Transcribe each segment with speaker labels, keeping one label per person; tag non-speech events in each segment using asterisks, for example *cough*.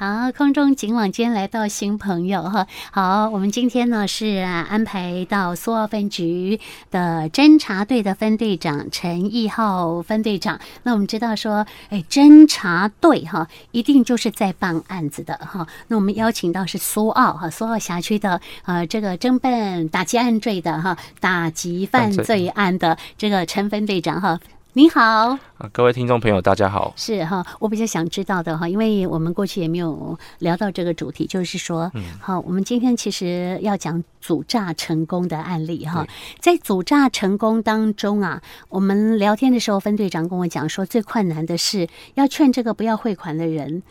Speaker 1: 好，空中警网今天来到新朋友哈。好，我们今天呢是、啊、安排到苏澳分局的侦查队的分队长陈义浩分队长。那我们知道说，哎，侦查队哈，一定就是在办案子的哈。那我们邀请到是苏澳哈，苏澳辖区的呃这个侦办打击案罪的哈，打击犯罪案的这个陈分队长哈。您好。
Speaker 2: 啊，各位听众朋友，大家好。
Speaker 1: 是哈，我比较想知道的哈，因为我们过去也没有聊到这个主题，就是说，好，我们今天其实要讲阻诈成功的案例哈。在阻诈成功当中啊，我们聊天的时候，分队长跟我讲说，最困难的是要劝这个不要汇款的人，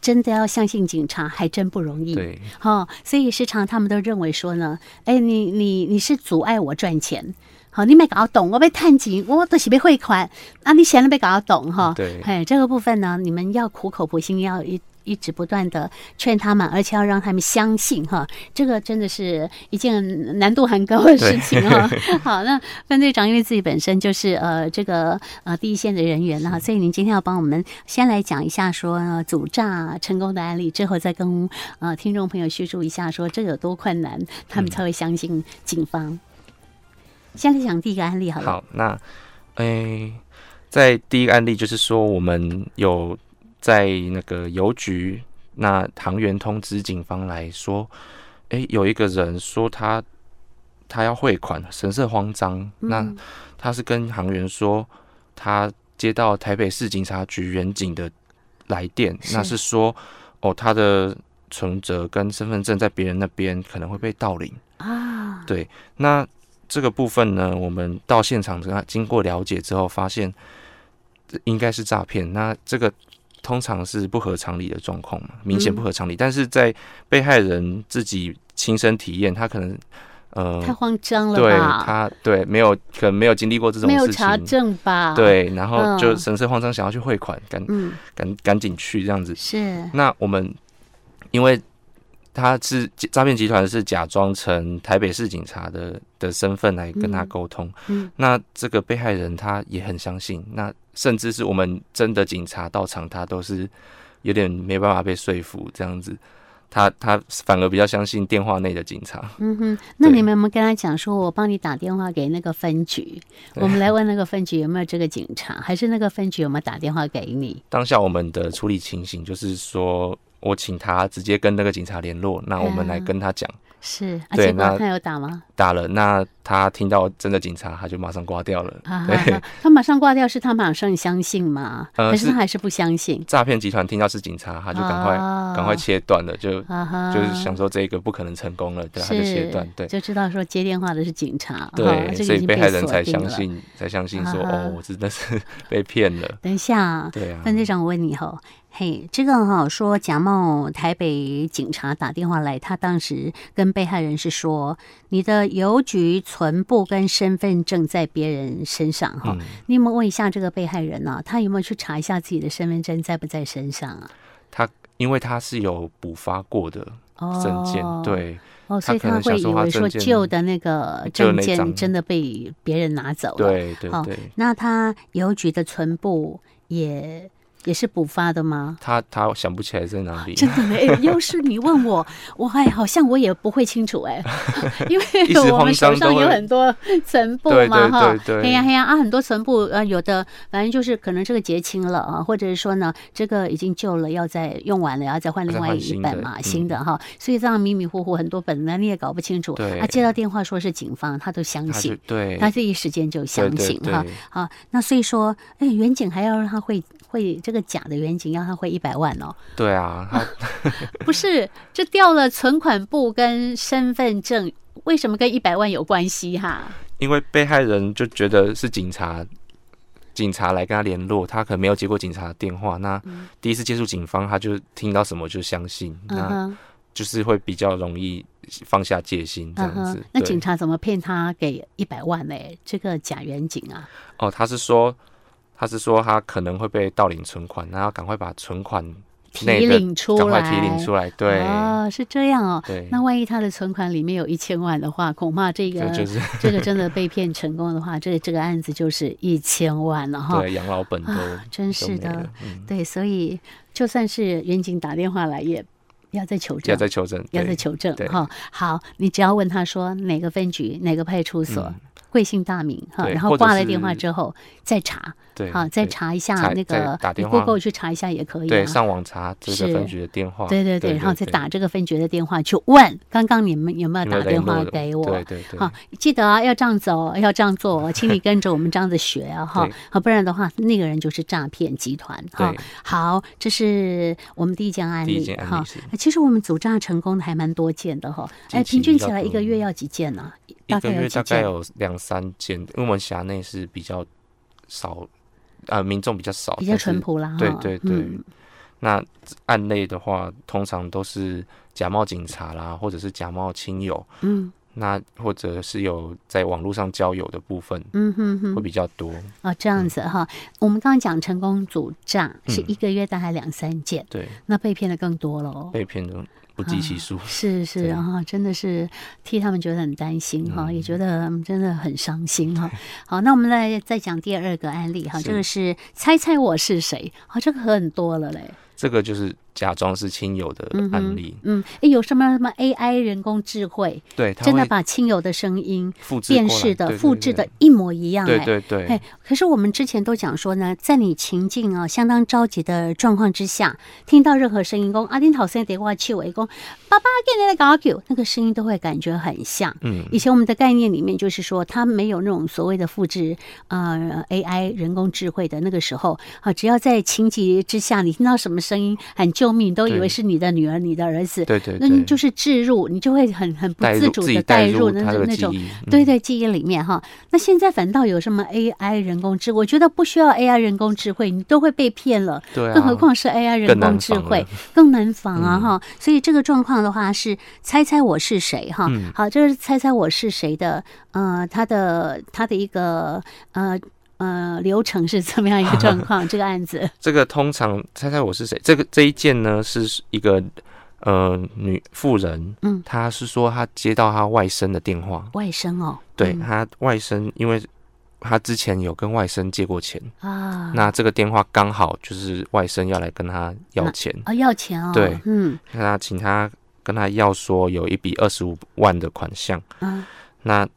Speaker 1: 真的要相信警察，还真不容易。
Speaker 2: 对，
Speaker 1: 哈、所以时常他们都认为说呢，哎，你你你是阻碍我赚钱，好，你没搞懂，我被探钱，我都是被汇款，啊，你显然被搞懂哈。
Speaker 2: 对
Speaker 1: 哎，这个部分呢，你们要苦口婆心，要一一直不断的劝他们，而且要让他们相信哈，这个真的是一件难度很高的事情哈。 *laughs* 好，那分队长因为自己本身就是呃这个呃第一线的人员哈，所以您今天要帮我们先来讲一下说、呃阻诈成功的案例，之后再跟呃听众朋友叙述一下说这有多困难，他们
Speaker 2: 嗯
Speaker 1: 才会相信警方。先来讲第一个案例好了，
Speaker 2: 好，那，诶、在第一个案例就是说，我们有在那个邮局，那行员通知警方来说，诶、有一个人说他他要汇款，神色慌张。那
Speaker 1: 嗯
Speaker 2: 他是跟行员说，他接到台北市警察局远警的来电，
Speaker 1: 是
Speaker 2: 那是说，哦，他的存折跟身份证在别人那边可能会被盗领。
Speaker 1: 啊，
Speaker 2: 对那这个部分呢，我们到现场跟他经过了解之后，发现这应该是诈骗。那这个通常是不合常理的状况嘛，明
Speaker 1: 嗯
Speaker 2: 显不合常理。但是在被害人自己亲身体验，他可能呃，
Speaker 1: 太慌张了
Speaker 2: 对
Speaker 1: 吧？
Speaker 2: 他对没有可能没有经历过这种
Speaker 1: 没有
Speaker 2: 事
Speaker 1: 查
Speaker 2: 情，
Speaker 1: 证吧？，
Speaker 2: 对，然后就
Speaker 1: 嗯
Speaker 2: 神色慌张想要去汇款，赶
Speaker 1: 嗯，
Speaker 2: 赶赶紧去这样子。
Speaker 1: 是，
Speaker 2: 那我们因为他是诈骗集团是假装成台北市警察的的身份来跟他
Speaker 1: 嗯
Speaker 2: 沟通，
Speaker 1: 嗯
Speaker 2: 那这个被害人他也很相信，那甚至是我们真的警察到场，他都是有点没办法被说服这样子，他他反而比较相信电话内的警察。
Speaker 1: 嗯哼。那
Speaker 2: 对
Speaker 1: 你们有没有跟他讲说，我帮你打电话给那个分局，
Speaker 2: 对
Speaker 1: 我们来问那个分局有没有这个警察，还是那个分局有没有打电话给你？
Speaker 2: 当下我们的处理情形就是说。我请他直接跟那个警察联络，那我们来
Speaker 1: 嗯
Speaker 2: 跟他讲
Speaker 1: 是，啊、
Speaker 2: 对
Speaker 1: 结果
Speaker 2: 那
Speaker 1: 他有打
Speaker 2: *laughs*
Speaker 1: 吗？
Speaker 2: 打了，那他听到真的警察，他就马上挂掉了。
Speaker 1: 啊哈
Speaker 2: 对，
Speaker 1: 哈，他马上挂掉，是他马上相信吗？
Speaker 2: 呃
Speaker 1: 还是
Speaker 2: 是
Speaker 1: 他还是不相信？
Speaker 2: 诈骗集团听到是警察，他就赶快
Speaker 1: 啊
Speaker 2: 赶、快切断了，就、
Speaker 1: 啊哈，
Speaker 2: 就是想说这个不可能成功了，对，他就切断，对
Speaker 1: 就知道说接电话的是警察，
Speaker 2: 对、
Speaker 1: 哈这
Speaker 2: 所
Speaker 1: 个已
Speaker 2: 以
Speaker 1: 经
Speaker 2: 被害人
Speaker 1: 锁
Speaker 2: 才
Speaker 1: 定
Speaker 2: 相
Speaker 1: 了。
Speaker 2: 信才相信说、
Speaker 1: 啊哈
Speaker 2: 哦，我真的是 *laughs* 被骗了，
Speaker 1: 等一下，
Speaker 2: 对啊，
Speaker 1: 范队长，我问你哈，嘿，这个哈说假冒台北警察打电话来，他当时跟被害人是说，你的邮局存部跟身份证在别人身上哈，
Speaker 2: 嗯，
Speaker 1: 你有没有问一下这个被害人呢、啊他有没有去查一下自己的身份证在不在身上啊？
Speaker 2: 因为他是有补发过的
Speaker 1: 哦，
Speaker 2: 证件，，对
Speaker 1: 哦，
Speaker 2: 他
Speaker 1: 所以
Speaker 2: 可能
Speaker 1: 会
Speaker 2: 想
Speaker 1: 以
Speaker 2: 说他
Speaker 1: 为
Speaker 2: 证
Speaker 1: 说
Speaker 2: 件
Speaker 1: 旧的那个
Speaker 2: 旧
Speaker 1: 证
Speaker 2: 的那
Speaker 1: 件
Speaker 2: 张
Speaker 1: 真的被别人拿走了。，
Speaker 2: 对对
Speaker 1: 好
Speaker 2: 对，
Speaker 1: 那他邮局的存部也也是补发的吗？
Speaker 2: 他他想不起来在哪里，
Speaker 1: 真的
Speaker 2: *laughs*
Speaker 1: 没有。要是你问我，我还好像我也不会清楚
Speaker 2: *laughs*
Speaker 1: 哎、因为
Speaker 2: 一时
Speaker 1: 我们
Speaker 2: 慌
Speaker 1: 手
Speaker 2: 张
Speaker 1: 上
Speaker 2: 都会
Speaker 1: 有很多存部
Speaker 2: 对
Speaker 1: 嘛
Speaker 2: 对
Speaker 1: 哈
Speaker 2: 对。对，
Speaker 1: 哎呀哎呀啊，很多存部呃，有的反正就是可能这个结清了啊，或者是说呢，这个已经旧了，要再用完了，要再换
Speaker 2: 再
Speaker 1: 另外
Speaker 2: 换
Speaker 1: 一
Speaker 2: 新
Speaker 1: 本
Speaker 2: 的
Speaker 1: 嘛，
Speaker 2: 嗯
Speaker 1: 新的哈，所以这样迷迷糊糊很多本呢，你也搞不清楚。
Speaker 2: 对
Speaker 1: 啊，接到电话说是警方，他都相
Speaker 2: 他就
Speaker 1: 信，
Speaker 2: 对，
Speaker 1: 他第一时间就
Speaker 2: 对
Speaker 1: 相
Speaker 2: 对
Speaker 1: 信
Speaker 2: 对
Speaker 1: 哈。啊，那所以说，哎，远景还要让他会会这个假的远景，要他会一百万哦。
Speaker 2: 对啊，他
Speaker 1: 不是，这掉了存款簿跟身份证，为什么跟一百万有关系哈？
Speaker 2: 因为被害人就觉得是警察，警察来跟他联络，他可能没有接过警察的电话，那第一次接触警方，他就听到什么就相信，
Speaker 1: 嗯
Speaker 2: 那
Speaker 1: 哼，
Speaker 2: 就是会比较容易放下戒心
Speaker 1: 嗯
Speaker 2: 这样子。
Speaker 1: 哼，那
Speaker 2: 对
Speaker 1: 警察怎么骗他给一百万呢？这个假远景啊，
Speaker 2: 啊哦，他是说，他是说他可能会被盗领存款，那要赶快把存款
Speaker 1: 提
Speaker 2: 内的
Speaker 1: 领出
Speaker 2: 赶快
Speaker 1: 来，
Speaker 2: 提领出来，对、
Speaker 1: 哦，是这样哦。
Speaker 2: 对，
Speaker 1: 那万一他的存款里面有一千万的话，恐怕这
Speaker 2: 这
Speaker 1: 个
Speaker 2: 就是
Speaker 1: *laughs* 这个真的被骗成功的话，这这个案子就是一千万了哈。
Speaker 2: 对养老本都、
Speaker 1: 啊真
Speaker 2: 都
Speaker 1: 哦是
Speaker 2: 没
Speaker 1: 的
Speaker 2: 了，嗯，
Speaker 1: 对，所以就算是远景打电话来，也要再求
Speaker 2: 要
Speaker 1: 证。
Speaker 2: 再求证，
Speaker 1: 要
Speaker 2: 对
Speaker 1: 再求证
Speaker 2: 对
Speaker 1: 哈，好，你只要问他说哪个分局、哪个派出所、
Speaker 2: 嗯
Speaker 1: 贵姓大名哈，
Speaker 2: 对
Speaker 1: 然后
Speaker 2: 或者
Speaker 1: 挂了电话
Speaker 2: 是
Speaker 1: 之后再查，
Speaker 2: 对，
Speaker 1: 好，再哦
Speaker 2: 对
Speaker 1: 查一下
Speaker 2: 查
Speaker 1: 那
Speaker 2: 再
Speaker 1: 个
Speaker 2: 打，
Speaker 1: 你
Speaker 2: 电话
Speaker 1: Google 去查一下也可以
Speaker 2: 对，
Speaker 1: 啊。
Speaker 2: 上网查这
Speaker 1: 是
Speaker 2: 个分局的电话，
Speaker 1: 对对
Speaker 2: 对
Speaker 1: 对，然后再打
Speaker 2: 对
Speaker 1: 这个分局的电话去问，刚刚你们有没有
Speaker 2: 有没
Speaker 1: 打
Speaker 2: 有
Speaker 1: 电
Speaker 2: 联
Speaker 1: 话
Speaker 2: 络的
Speaker 1: 给我
Speaker 2: 对？对对，
Speaker 1: 好，记得啊，要这样走、要这样做、哦，请你跟着我们这样子学啊，哈
Speaker 2: 对，
Speaker 1: 好，不然的话，那个人就是诈骗集团哈
Speaker 2: 对。
Speaker 1: 好，这是我们第一件案
Speaker 2: 第一
Speaker 1: 例
Speaker 2: 件案
Speaker 1: 哈
Speaker 2: 例。是
Speaker 1: 哎其实我们组诈成功的还蛮多件的哈，哎，
Speaker 2: 近期
Speaker 1: 平均
Speaker 2: 比
Speaker 1: 起
Speaker 2: 较
Speaker 1: 来一
Speaker 2: 多
Speaker 1: 个月要几件呢、
Speaker 2: 一
Speaker 1: 大
Speaker 2: 个
Speaker 1: 概有
Speaker 2: 月
Speaker 1: 几
Speaker 2: 大概
Speaker 1: 件？
Speaker 2: 有两三件，因为我们辖内是比较少，呃，民众比较少，
Speaker 1: 比较
Speaker 2: 但是
Speaker 1: 淳朴啦，哈。
Speaker 2: 对对对
Speaker 1: 嗯
Speaker 2: 那案类的话，通常都是假冒警察啦，或者是假冒亲友，
Speaker 1: 嗯
Speaker 2: 那或者是有在网络上交友的部分
Speaker 1: 嗯哼哼
Speaker 2: 会。比较多。
Speaker 1: 哦，这样子哈，我们刚刚讲成功组诈是
Speaker 2: 嗯
Speaker 1: 一个月大概两三件，
Speaker 2: 对，
Speaker 1: 那被骗的更多了哦。啊
Speaker 2: 被骗的不计其数。
Speaker 1: 是是
Speaker 2: 对
Speaker 1: 啊、真的是替他们觉得很担心哈、也觉得嗯真的很伤心哈、好，那我们来再讲第二个案例哈，
Speaker 2: 是
Speaker 1: 这个是猜猜我是谁啊、这个很多了嘞。
Speaker 2: 这个就是假装是亲友的
Speaker 1: 嗯哼
Speaker 2: 案例，
Speaker 1: 嗯，诶有什么什么 AI 人工智慧，
Speaker 2: 对，他
Speaker 1: 真的
Speaker 2: 会
Speaker 1: 把亲友的声音
Speaker 2: 复制
Speaker 1: 辨
Speaker 2: 过来
Speaker 1: 识的、
Speaker 2: 对对
Speaker 1: 复制的一模一样哎、
Speaker 2: 对对对
Speaker 1: 哎
Speaker 2: 对，
Speaker 1: 可是我们之前都讲说呢，在你情境啊相当着急的状况之下，听到任何声音，公啊阿丁讨生得话去围攻，爸爸给你来搞狗，那个声音都会感觉很像。
Speaker 2: 嗯，
Speaker 1: 以前我们的概念里面就是说，它没有那种所谓的复制呃 AI 人工智慧的那个时候啊，只要在情急之下，你听到什么声音喊救命，你都以为
Speaker 2: 对
Speaker 1: 是你的女儿、你的儿子，
Speaker 2: 对对
Speaker 1: 那你
Speaker 2: 对，
Speaker 1: 就是置入，你就会很很不
Speaker 2: 带
Speaker 1: 自
Speaker 2: 入
Speaker 1: 主
Speaker 2: 己
Speaker 1: 的
Speaker 2: 带
Speaker 1: 带入那
Speaker 2: 他
Speaker 1: 种
Speaker 2: 的
Speaker 1: 那
Speaker 2: 记
Speaker 1: 种
Speaker 2: 忆，嗯
Speaker 1: 对对，记忆里面哈。那现在反倒有什么 AI 人工智，我觉得不需要 AI 人工智慧，你都会被骗了，
Speaker 2: 对啊，
Speaker 1: 更何况是 AI 人工智慧，更难防啊
Speaker 2: 嗯
Speaker 1: 哈。所以这个状况的话是猜猜我是谁哈。
Speaker 2: 嗯
Speaker 1: 好，这是猜猜我是谁的呃，它的它的一个呃呃流程是怎么样一个状
Speaker 2: *laughs*
Speaker 1: 况？这个案子
Speaker 2: 这个通常猜猜我是谁？这个这一件呢是一个呃女妇人，
Speaker 1: 嗯
Speaker 2: 她是说她接到她外甥的电话，
Speaker 1: 外甥哦，
Speaker 2: 对、
Speaker 1: 嗯
Speaker 2: 她外甥，因为她之前有跟外甥借过钱，
Speaker 1: 啊，
Speaker 2: 那这个电话刚好就是外甥要来跟她要钱，
Speaker 1: 啊要钱哦，
Speaker 2: 对
Speaker 1: 嗯
Speaker 2: 那她请她跟她要说有一笔二十五万的款项，
Speaker 1: 啊
Speaker 2: 那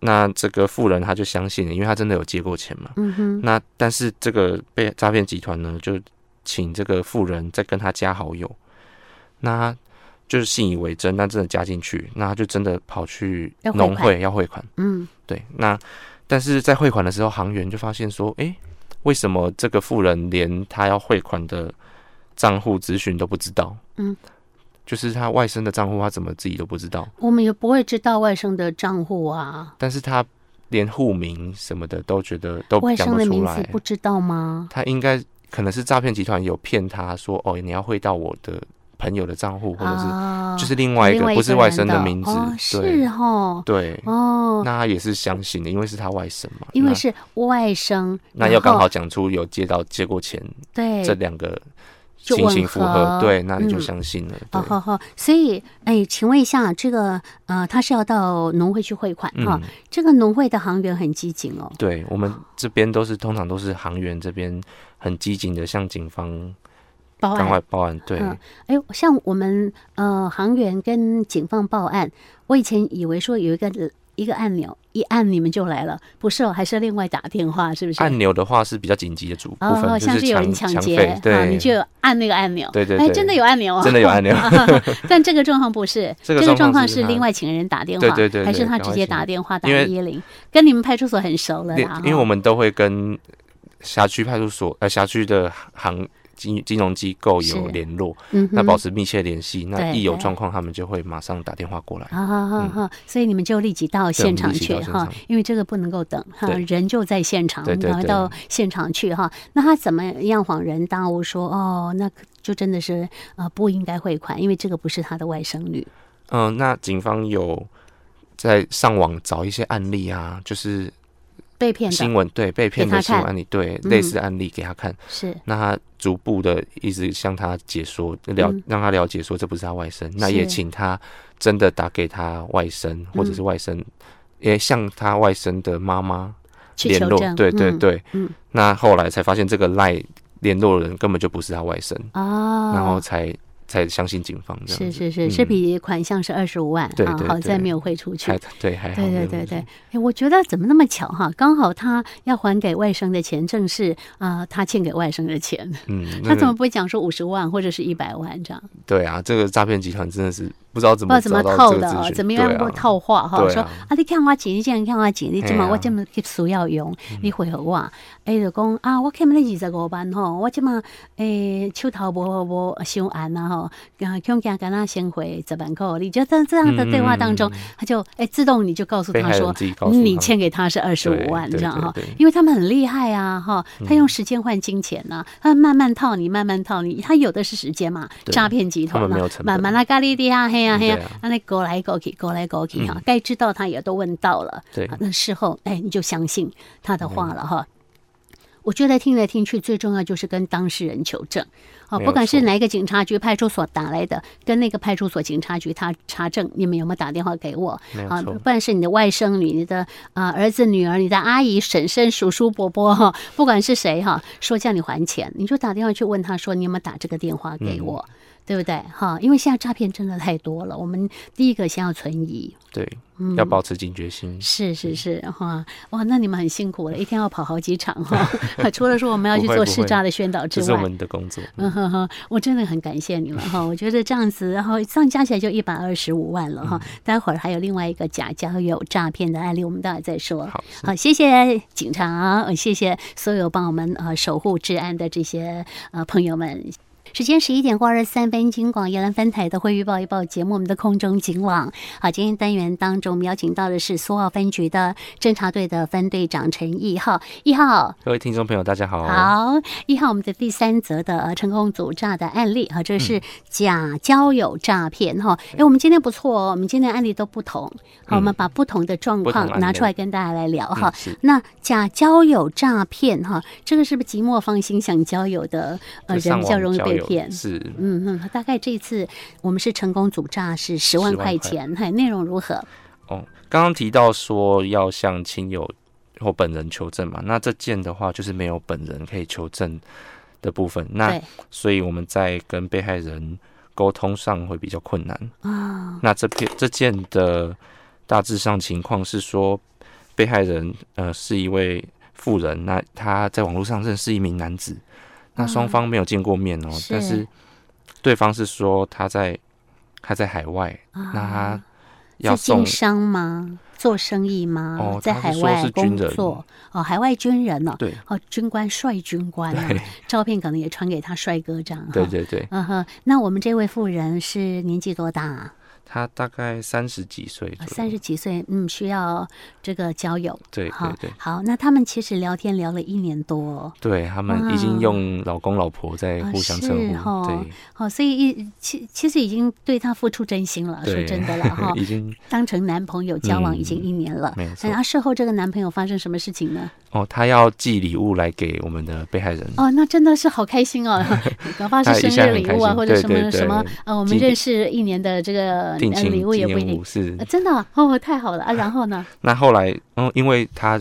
Speaker 2: 那这个妇人她就相信了，因为她真的有借过钱嘛，
Speaker 1: 嗯哼
Speaker 2: 那但是这个被诈骗集团呢，就请这个富人再跟他加好友，那他就是信以为真，那真的加进去，那他就真的跑去
Speaker 1: 要汇款
Speaker 2: 农会要汇款。
Speaker 1: 嗯
Speaker 2: 对，那但是在汇款的时候，行员就发现说，诶、为什么这个富人连他要汇款的账户资讯都不知道？
Speaker 1: 嗯，
Speaker 2: 就是他外甥的账户，他怎么自己都不知道？
Speaker 1: 我们也不会知道外甥的账户啊。
Speaker 2: 但是他连户名什么的都觉得都
Speaker 1: 外
Speaker 2: 讲
Speaker 1: 甥
Speaker 2: 不
Speaker 1: 的
Speaker 2: 出
Speaker 1: 名
Speaker 2: 来
Speaker 1: 字。不知道吗？
Speaker 2: 他应该可能是诈骗集团有骗他说，哦，你要汇到我的朋友的账户，或者是、
Speaker 1: 啊，
Speaker 2: 就是另外一
Speaker 1: 另
Speaker 2: 个
Speaker 1: 外一
Speaker 2: 不是外
Speaker 1: 人
Speaker 2: 甥的名字，
Speaker 1: 哦、是
Speaker 2: 对
Speaker 1: 哦，
Speaker 2: 对，
Speaker 1: 哦，
Speaker 2: 那他也是相信的，因为是他外甥嘛，
Speaker 1: 因为
Speaker 2: 那
Speaker 1: 是外甥，
Speaker 2: 那
Speaker 1: 然
Speaker 2: 要刚
Speaker 1: 后
Speaker 2: 好讲出有借到借过钱
Speaker 1: 对
Speaker 2: 这两个
Speaker 1: 就
Speaker 2: 情
Speaker 1: 吻
Speaker 2: 形符
Speaker 1: 合
Speaker 2: 合，对，那你就
Speaker 1: 嗯
Speaker 2: 相信了，
Speaker 1: 哦好好，所以哎，请问一下，这个呃，他是要到农会去汇款
Speaker 2: 对，
Speaker 1: 哈、
Speaker 2: 嗯，
Speaker 1: 这个农会的行员很机警哦，
Speaker 2: 对我们这边都是通常都是行员这边很机警的向警方
Speaker 1: 报
Speaker 2: 赶快
Speaker 1: 案。
Speaker 2: 报案，对，
Speaker 1: 嗯哎，像我们呃，行员跟警方报案，我以前以为说有一个一个按钮，一按你们就来了，不是哦，还是另外打电话，是不是？
Speaker 2: 按钮的话是比较紧急的主部分，
Speaker 1: 哦，
Speaker 2: 就
Speaker 1: 像是有人
Speaker 2: 抢
Speaker 1: 劫
Speaker 2: 匪，，
Speaker 1: 啊，
Speaker 2: 对，
Speaker 1: 你就按那个按钮，
Speaker 2: 对对
Speaker 1: 哎，
Speaker 2: 对
Speaker 1: 真的有按钮啊，
Speaker 2: 真的有按钮
Speaker 1: *laughs* 但这个状况不是，
Speaker 2: *laughs* 这个
Speaker 1: 状
Speaker 2: 状
Speaker 1: 况
Speaker 2: 况
Speaker 1: 是
Speaker 2: 是他
Speaker 1: 另外请人打电话，
Speaker 2: 对对对对
Speaker 1: 还是他直接
Speaker 2: 赶快请
Speaker 1: 打电话打
Speaker 2: 因为
Speaker 1: 一零，跟你们派出所很熟了
Speaker 2: 对
Speaker 1: 啦，，
Speaker 2: 因为我
Speaker 1: 们
Speaker 2: 们都会跟辖区派出所、呃辖区的行金金融机构有
Speaker 1: 是
Speaker 2: 联络，
Speaker 1: 嗯
Speaker 2: 那保
Speaker 1: 持。
Speaker 2: 持密切联系。那
Speaker 1: 对
Speaker 2: 一有
Speaker 1: 对
Speaker 2: 状况，他们就会马上打电话过来。
Speaker 1: 好好好好，所以你们就立即到现场去
Speaker 2: 嗯对我们立即到
Speaker 1: 哈
Speaker 2: 现场，
Speaker 1: 因为这个不能够等哈，
Speaker 2: 对
Speaker 1: 人就在现场，
Speaker 2: 对对对
Speaker 1: 然后到现场去哈。那他怎么样恍然大悟说哦，那可就真的是呃不应该汇款，因为这个不是他的外甥女。
Speaker 2: 嗯、那警方有在上网找一些案例啊，就是
Speaker 1: 被骗的
Speaker 2: 新闻，对被骗的
Speaker 1: 给他
Speaker 2: 新闻
Speaker 1: 看
Speaker 2: 案例，对
Speaker 1: 嗯
Speaker 2: 类似案例给他看，
Speaker 1: 是
Speaker 2: 那他逐步的一直向他解说了，
Speaker 1: 嗯
Speaker 2: 让他了解说这不是他外甥，那
Speaker 1: 是嗯
Speaker 2: 也请他真的打给他外甥或者是外甥，也向他外甥的妈妈
Speaker 1: 去
Speaker 2: 联
Speaker 1: 求
Speaker 2: 络
Speaker 1: 证，，
Speaker 2: 对对对，
Speaker 1: 嗯
Speaker 2: 那后来才发现这个赖联络人根本就不是他外甥，
Speaker 1: 嗯哦，
Speaker 2: 然后才才相信警方这
Speaker 1: 是
Speaker 2: 样子，
Speaker 1: 是是，这
Speaker 2: 嗯
Speaker 1: 笔款项是二十五万，
Speaker 2: 对
Speaker 1: 啊
Speaker 2: 对
Speaker 1: 好在
Speaker 2: 对
Speaker 1: 没有汇出去
Speaker 2: 还。对还好，
Speaker 1: 对
Speaker 2: 没
Speaker 1: 对
Speaker 2: 有
Speaker 1: 对对，
Speaker 2: 问题
Speaker 1: 哎，我觉得怎么那么巧哈？刚好他要还给外甥的钱正是啊、呃他欠给外甥的钱，
Speaker 2: 嗯，那
Speaker 1: *laughs* 他怎
Speaker 2: 个
Speaker 1: 么不会讲说五十万或者是一百万这样？
Speaker 2: 对啊，这个诈骗集团真的是不知道怎
Speaker 1: 不知道怎么
Speaker 2: 么找到
Speaker 1: 套
Speaker 2: 这个
Speaker 1: 的
Speaker 2: 资
Speaker 1: 哦，
Speaker 2: 讯，
Speaker 1: 怎么
Speaker 2: 对
Speaker 1: 样
Speaker 2: 啊
Speaker 1: 不套话哈？
Speaker 2: 对啊嗯
Speaker 1: 说啊，你看我钱，你这样看我钱，你怎么我这么去需要用？你回我啊，哎，就讲啊，我欠你二十五万吼，我这么诶手头无无相安啊吼，啊，恐惊敢那先回十万块，你觉得这样的对话当中，他就哎自动你就告诉
Speaker 2: 嗯被
Speaker 1: 他
Speaker 2: 害
Speaker 1: 说
Speaker 2: 人自己告诉
Speaker 1: 你
Speaker 2: 他
Speaker 1: 欠给他是二十
Speaker 2: 对
Speaker 1: 五万
Speaker 2: 对
Speaker 1: 这样
Speaker 2: 对
Speaker 1: 哈
Speaker 2: 对，嗯
Speaker 1: 因为他们很厉害啊哈，他用时间换金钱呐、他慢慢套你，慢慢套你，他有的是时间嘛，
Speaker 2: 对
Speaker 1: 诈骗集
Speaker 2: 他
Speaker 1: 团
Speaker 2: 们
Speaker 1: 嘛
Speaker 2: 没有成，本
Speaker 1: 慢慢啊咖喱的啊，嘿呀嘿呀
Speaker 2: 对啊，嗯
Speaker 1: 那勾来勾去，勾来勾去哈，该知道他也都问到了，
Speaker 2: 对嗯
Speaker 1: 啊那事后哎你就相信他的话了哈。我觉得听来听去，最重要就是跟当事人求证，哦，
Speaker 2: 没有
Speaker 1: 不管是
Speaker 2: 错
Speaker 1: 哪一个警察局、派出所打来的，跟那个派出所、警察局他查证，你们有没有打电话给我？
Speaker 2: 没有
Speaker 1: 啊，
Speaker 2: 错
Speaker 1: 不管是你的外甥女、你的啊、儿子、女儿、你的阿姨、婶婶、叔叔、伯伯哈，不管是谁哈，说叫你还钱，你就打电话去问他说你有没有打这个电话给我，
Speaker 2: 嗯
Speaker 1: 对不对？哈，因为现在诈骗真的太多了，我们第一个先要存疑，
Speaker 2: 对，
Speaker 1: 嗯
Speaker 2: 要保持警觉心。
Speaker 1: 是是是哈，哇，那你们很辛苦了，一天要跑好几场
Speaker 2: *laughs*
Speaker 1: 哈，除了说我们要去
Speaker 2: 不会
Speaker 1: 做
Speaker 2: 不
Speaker 1: 市
Speaker 2: 会
Speaker 1: 诈的宣导之
Speaker 2: 这
Speaker 1: 外，
Speaker 2: 是我们的工作，
Speaker 1: 嗯哼哼，我真的很感谢你们哈，我觉得这样子，然后这样加起来就一百二十五万了哈。待会儿还有另外一个假交友诈骗的案例，我们待会儿再说。
Speaker 2: 好
Speaker 1: 好，谢谢警察，呃谢谢所有帮我们呃守护治安的这些呃朋友们。时间十一点过二十三分，金广宜兰分台的会预报一报节目，我们的空中警网。好，今天单元当中，我们邀请到的是苏澳分局的侦查队的分队长陈义浩，义浩，
Speaker 2: 各位听众朋友，大家好。哦
Speaker 1: 好，一号我们的第三则的呃成功组诈的案例啊，这
Speaker 2: 嗯
Speaker 1: 是假交友诈骗哈。哎、我们今天不错哦，我们今天案例都不同，好，我们把不同的状
Speaker 2: 嗯不同
Speaker 1: 况拿
Speaker 2: 案
Speaker 1: 出来
Speaker 2: 例
Speaker 1: 跟大家来聊哈
Speaker 2: 嗯，。是
Speaker 1: 那假交友诈骗哈，这个是不是寂寞芳心想交友的呃
Speaker 2: 就
Speaker 1: 人
Speaker 2: 上
Speaker 1: 比较
Speaker 2: 网
Speaker 1: 容易
Speaker 2: 交
Speaker 1: 被骗？
Speaker 2: 友是
Speaker 1: 嗯嗯，大概这一次我们是成功组诈是十万
Speaker 2: 10万
Speaker 1: 块
Speaker 2: 块
Speaker 1: 钱，嘿，内容如何？
Speaker 2: 哦。刚刚提到说要向亲友或本人求证嘛，那这件的话就是没有本人可以求证的部分，那
Speaker 1: 对
Speaker 2: 所以我们在跟被害人沟通上会比较困难。
Speaker 1: 啊，
Speaker 2: 那这篇这件的大致上情况是说，被害人呃是一位妇人，那她在网络上认识一名男子，那双方没有见过面哦，
Speaker 1: 是
Speaker 2: 但是对方是说他在他在海外，那他要
Speaker 1: 是
Speaker 2: 送
Speaker 1: 经商吗？做生意吗？
Speaker 2: 哦
Speaker 1: 在
Speaker 2: 他是
Speaker 1: 海
Speaker 2: 说
Speaker 1: 外
Speaker 2: 是
Speaker 1: 工
Speaker 2: 军人
Speaker 1: 作哦，海外军人呢、
Speaker 2: 对
Speaker 1: 哦，军官帅军官、啊
Speaker 2: 对，
Speaker 1: 照片可能也传给他帅哥这样哈。
Speaker 2: 对对对，
Speaker 1: 嗯哼，那我们这位妇人是年纪多大啊？
Speaker 2: 他大概三十几岁左右，
Speaker 1: 三十几岁，嗯，需要这个交友。
Speaker 2: 对对
Speaker 1: 好
Speaker 2: 对，
Speaker 1: 好，那他们其实聊天聊了一年多哦，
Speaker 2: 对他们已经用老公老婆在
Speaker 1: 啊
Speaker 2: 互相
Speaker 1: 是
Speaker 2: 称
Speaker 1: 哦
Speaker 2: 呼，对
Speaker 1: 哦所以一其其实已经对他付出真心了，说
Speaker 2: 对
Speaker 1: 真的了
Speaker 2: *laughs*，
Speaker 1: 哈
Speaker 2: 已经
Speaker 1: 当成男朋友交往已经
Speaker 2: 嗯
Speaker 1: 一年了。
Speaker 2: 没有错
Speaker 1: 嗯，啊，事后这个男朋友发生什么事情呢？
Speaker 2: 哦，他要寄礼物来给我们的被害人。
Speaker 1: 哦，那真的是好开心
Speaker 2: *laughs*
Speaker 1: 哦，搞不好是
Speaker 2: 哎他一
Speaker 1: 生
Speaker 2: 下
Speaker 1: 日
Speaker 2: 很
Speaker 1: 礼
Speaker 2: 开
Speaker 1: 物啊，
Speaker 2: 心
Speaker 1: 或者
Speaker 2: 对
Speaker 1: 什么
Speaker 2: 对对
Speaker 1: 什么呃，我们
Speaker 2: 纪
Speaker 1: 认识一年的这个
Speaker 2: 定
Speaker 1: 呃
Speaker 2: 情
Speaker 1: 礼物
Speaker 2: 纪
Speaker 1: 也不一
Speaker 2: 念
Speaker 1: 定
Speaker 2: 物，是
Speaker 1: 呃。真的啊哦，太好了啊！然后呢？
Speaker 2: 那后来，嗯，因为他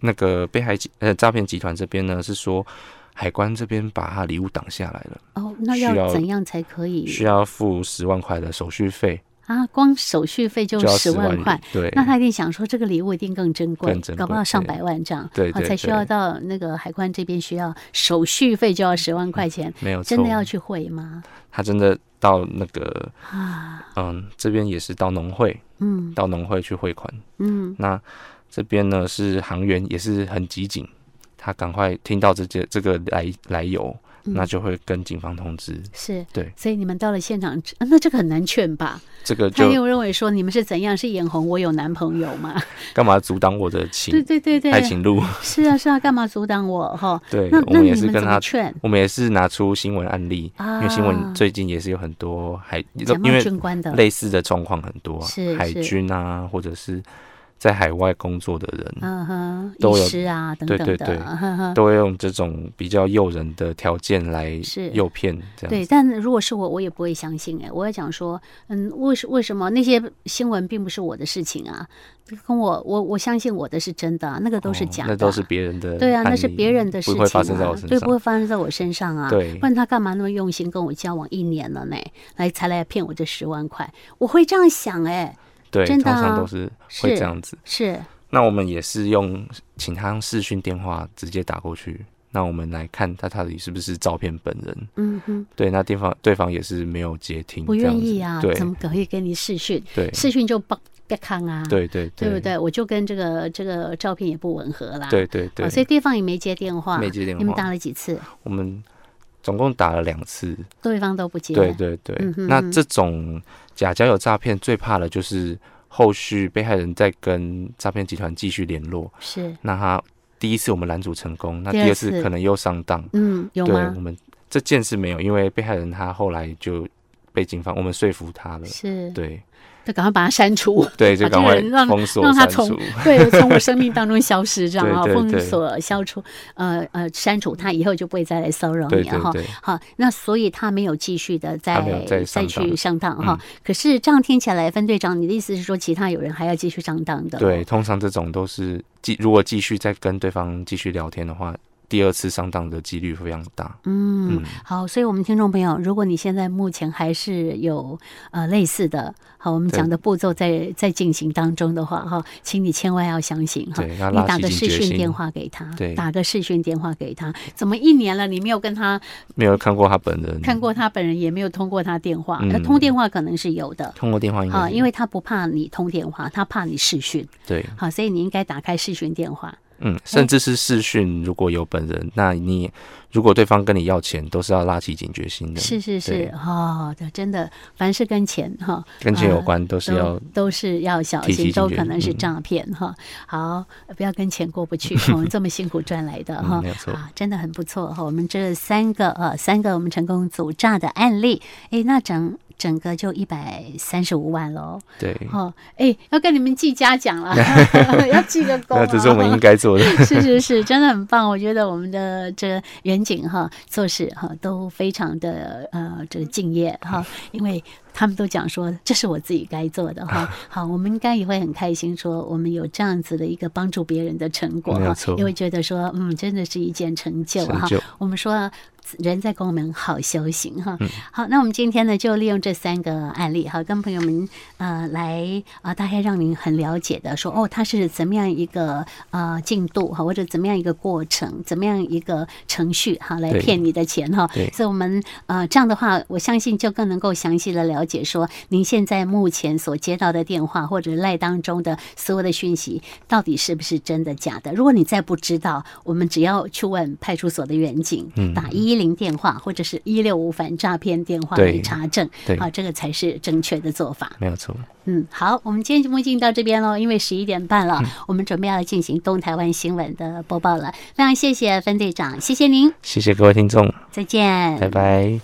Speaker 2: 那个被害集呃诈骗集团这边呢是说，海关这边把他礼物挡下来了，
Speaker 1: 哦，那
Speaker 2: 需要
Speaker 1: 怎样才可以
Speaker 2: 需要付十万块的手续费，
Speaker 1: 啊？光手续费就
Speaker 2: 就要
Speaker 1: 十
Speaker 2: 万
Speaker 1: 万块
Speaker 2: 元，。对，
Speaker 1: 那他一定想说，这个礼物一定更珍贵
Speaker 2: 更，珍贵
Speaker 1: 搞不好上
Speaker 2: 对
Speaker 1: 百万这样，
Speaker 2: 对
Speaker 1: 啊
Speaker 2: 对
Speaker 1: 才需要
Speaker 2: 对
Speaker 1: 到那个海关这边需要手续费就要十万块钱，
Speaker 2: 嗯没有错
Speaker 1: *laughs* 真的，要去汇吗？
Speaker 2: 他真的到那个
Speaker 1: 啊，
Speaker 2: 嗯这边也是到农会，
Speaker 1: 嗯
Speaker 2: 到农会去汇款。
Speaker 1: 嗯，
Speaker 2: 那这边呢是航员也是很急警，他赶快听到这些这个来来由，
Speaker 1: 嗯
Speaker 2: 那就会跟警方通知。
Speaker 1: 是。
Speaker 2: 对，
Speaker 1: 所以你们到了现场，啊那这个很难劝吧？
Speaker 2: 这个
Speaker 1: 他
Speaker 2: 就
Speaker 1: 又认为说你们是怎样是眼红我有男朋友
Speaker 2: *laughs*
Speaker 1: 嘛？
Speaker 2: 干嘛阻挡我的
Speaker 1: 对
Speaker 2: 情
Speaker 1: 对对对，
Speaker 2: 爱情
Speaker 1: *laughs*
Speaker 2: 路？
Speaker 1: 是啊是啊，干嘛阻挡我哈？
Speaker 2: 对
Speaker 1: 那，
Speaker 2: 我
Speaker 1: 那
Speaker 2: 们
Speaker 1: 你
Speaker 2: 也是
Speaker 1: 们怎
Speaker 2: 跟
Speaker 1: 么
Speaker 2: 他，
Speaker 1: 劝？
Speaker 2: 我们也是拿出新闻案例，
Speaker 1: 啊
Speaker 2: 因为新闻最近也是有很多海，
Speaker 1: 假
Speaker 2: 因
Speaker 1: 冒
Speaker 2: 为
Speaker 1: 军官的
Speaker 2: 类似的状况很多啊
Speaker 1: 是，
Speaker 2: 海
Speaker 1: 是
Speaker 2: 军啊，或者是在海外工作的人，
Speaker 1: 嗯哼，
Speaker 2: 都有
Speaker 1: 医师啊等
Speaker 2: 对
Speaker 1: 等
Speaker 2: 对
Speaker 1: 的，
Speaker 2: 对
Speaker 1: 呵呵
Speaker 2: 都会用这种比较诱人的条件来
Speaker 1: 是
Speaker 2: 诱骗，这样
Speaker 1: 对，
Speaker 2: 子
Speaker 1: 但如果是我，我也不会相信哎、我也讲说，嗯，为什为什么那些新闻并不是我的事情啊？跟我我我相信我的是真的啊、那个都是
Speaker 2: 哦
Speaker 1: 假的啊、
Speaker 2: 那都是别人的案例，
Speaker 1: 对啊，那是别人的事情、啊，
Speaker 2: 不会发生在我身
Speaker 1: 对，不会
Speaker 2: 上。
Speaker 1: 发生在我身上啊。
Speaker 2: 对
Speaker 1: 不然他干嘛那么用心跟我交往一年了呢？来才来骗我这十万块，我会这样想哎、
Speaker 2: 对，
Speaker 1: 真
Speaker 2: 通
Speaker 1: 的啊
Speaker 2: 常都是会
Speaker 1: 是
Speaker 2: 这样嗯子。
Speaker 1: 是
Speaker 2: 那我们也是用请他用视讯电话直接打过去，那我们来看他到底是不是照片本人。
Speaker 1: 嗯哼，
Speaker 2: 对，那对方对方也是没有接听，
Speaker 1: 不
Speaker 2: 这样
Speaker 1: 愿
Speaker 2: 子
Speaker 1: 意啊，
Speaker 2: 对
Speaker 1: 怎么可以跟你视讯？
Speaker 2: 对
Speaker 1: 视讯就不别看啊，
Speaker 2: 对对
Speaker 1: 对不？对？我就跟这个这个照片也不吻合啦，
Speaker 2: 对对对，
Speaker 1: 哦所以对方也没接电话，
Speaker 2: 没接电
Speaker 1: 你们
Speaker 2: 话
Speaker 1: 打了几次，
Speaker 2: 我们总共打了两次。
Speaker 1: 对方都不接，
Speaker 2: 对对对，
Speaker 1: 嗯哼
Speaker 2: 那
Speaker 1: 哼
Speaker 2: 这种假交友诈骗最怕的就是后续被害人在跟诈骗集团继续联络，
Speaker 1: 是，
Speaker 2: 那他第一次我们拦阻成功，那
Speaker 1: 第
Speaker 2: 第
Speaker 1: 二
Speaker 2: 二次
Speaker 1: 次
Speaker 2: 可能又上当。
Speaker 1: 嗯，有
Speaker 2: 对，
Speaker 1: 吗
Speaker 2: 我？们这件事没有，因为被害人他后来就被警方我们说服他了。
Speaker 1: 是，
Speaker 2: 对
Speaker 1: 就赶快把它删除，
Speaker 2: 对，就
Speaker 1: 把这
Speaker 2: 赶
Speaker 1: 个
Speaker 2: 快
Speaker 1: 人让
Speaker 2: 封锁
Speaker 1: 让他
Speaker 2: 删
Speaker 1: 从
Speaker 2: 除。
Speaker 1: 对，从我生命当中消失，
Speaker 2: *laughs*
Speaker 1: 这样啊，
Speaker 2: 对对
Speaker 1: 封
Speaker 2: 对
Speaker 1: 锁、消除，呃呃，删除他以后就不会再来骚扰
Speaker 2: 对
Speaker 1: 你了啊哈。 *laughs*
Speaker 2: 对对，
Speaker 1: 好，那所以他没有继续的
Speaker 2: 他没有
Speaker 1: 再
Speaker 2: 再上当嗯
Speaker 1: 去上当哈。可是这样听起来，分队长，你的意思是说，其他有人还要继续上当的？
Speaker 2: 对，，通常这种都是继如果继续再跟对方继续聊天的话，第二次上当的几率非常大。
Speaker 1: 嗯
Speaker 2: 嗯，
Speaker 1: 好，所以我们听众朋友，如果你现在目前还是有呃类似的，好，我们
Speaker 2: 对
Speaker 1: 讲的步骤在在进行当中的话哈，请你千万要相信哈。
Speaker 2: 对，要
Speaker 1: 你
Speaker 2: 拉
Speaker 1: 打
Speaker 2: 起
Speaker 1: 个
Speaker 2: 警
Speaker 1: 视
Speaker 2: 觉
Speaker 1: 讯
Speaker 2: 心
Speaker 1: 电。话给他，
Speaker 2: 对
Speaker 1: 打个视讯电话给他，怎么一年了你没有跟他
Speaker 2: 没有看过他本人，
Speaker 1: 看过他本人，也没有通过他电话。
Speaker 2: 嗯
Speaker 1: 呃通电话可能是有的。
Speaker 2: 通过电话应该
Speaker 1: 啊，
Speaker 2: 是
Speaker 1: 因为他不怕你通电话，他怕你视讯，
Speaker 2: 对，
Speaker 1: 好，所以你应该打开视讯电话，
Speaker 2: 嗯，甚至是视讯，如果有本人，那你如果对方跟你要钱，都是要拉起警觉心的。
Speaker 1: 是是
Speaker 2: 对
Speaker 1: 是，哦，对，真的，凡是跟钱哈，
Speaker 2: 跟钱有关都
Speaker 1: 都
Speaker 2: 是要
Speaker 1: 都是要小
Speaker 2: 提
Speaker 1: 心，
Speaker 2: 起
Speaker 1: 都
Speaker 2: 警觉
Speaker 1: 可能是
Speaker 2: 嗯
Speaker 1: 诈骗哈。好，不要跟钱过不
Speaker 2: *laughs*
Speaker 1: 去，我们这么辛苦赚来的哈
Speaker 2: 嗯没有，错
Speaker 1: 啊，真的很不错哈。我们这三个呃，三个我们成功阻诈的案例，诶，那整整个就一百三十五万喽。
Speaker 2: 对，
Speaker 1: 哦，哎，要跟你们记嘉奖
Speaker 2: *laughs*
Speaker 1: 了，要记个功
Speaker 2: 那
Speaker 1: 啊。
Speaker 2: 这是
Speaker 1: *laughs*
Speaker 2: 我们应该做的。
Speaker 1: 是是是，真的很棒。我觉得我们的这个远景哈做事哈都非常的呃这个敬业哈，因为他们都讲说这是我自己该做的
Speaker 2: *laughs*
Speaker 1: 哈。好，我们应该也会很开心，说我们有这样子的一个帮助别人的成果
Speaker 2: 没有
Speaker 1: 哈，
Speaker 2: 错
Speaker 1: 也会觉得说嗯真的是一件成就
Speaker 2: 成
Speaker 1: 哈
Speaker 2: 就。
Speaker 1: *laughs* 我们说。人在功名好修行哈，好，那我们今天呢就利用这三个案例哈，跟朋友们呃来啊、呃大概让您很了解的说哦，它是怎么样一个呃进度哈，或者怎么样一个过程，怎么样一个程序哈，来
Speaker 2: 对
Speaker 1: 骗你的钱哈
Speaker 2: 对。
Speaker 1: 所以我们呃这样的话，我相信就更能够详细的了解说您现在目前所接到的电话或者赖当中的所有的讯息到底是不是真的假的。如果你再不知道，我们只要去问派出所的远景，
Speaker 2: 嗯
Speaker 1: 打一一零电话或者是一六五反诈骗电话来
Speaker 2: 对
Speaker 1: 查证，
Speaker 2: 对
Speaker 1: 啊，这个才是正确的做法。
Speaker 2: 没有错，
Speaker 1: 嗯，好，我们今天节目进行到这边喽，因为十一点半了，
Speaker 2: 嗯
Speaker 1: 我们准备要进行东台湾新闻的播报了。非常谢谢分队长，谢谢您，
Speaker 2: 谢谢各位听众，
Speaker 1: 再见。
Speaker 2: 拜拜。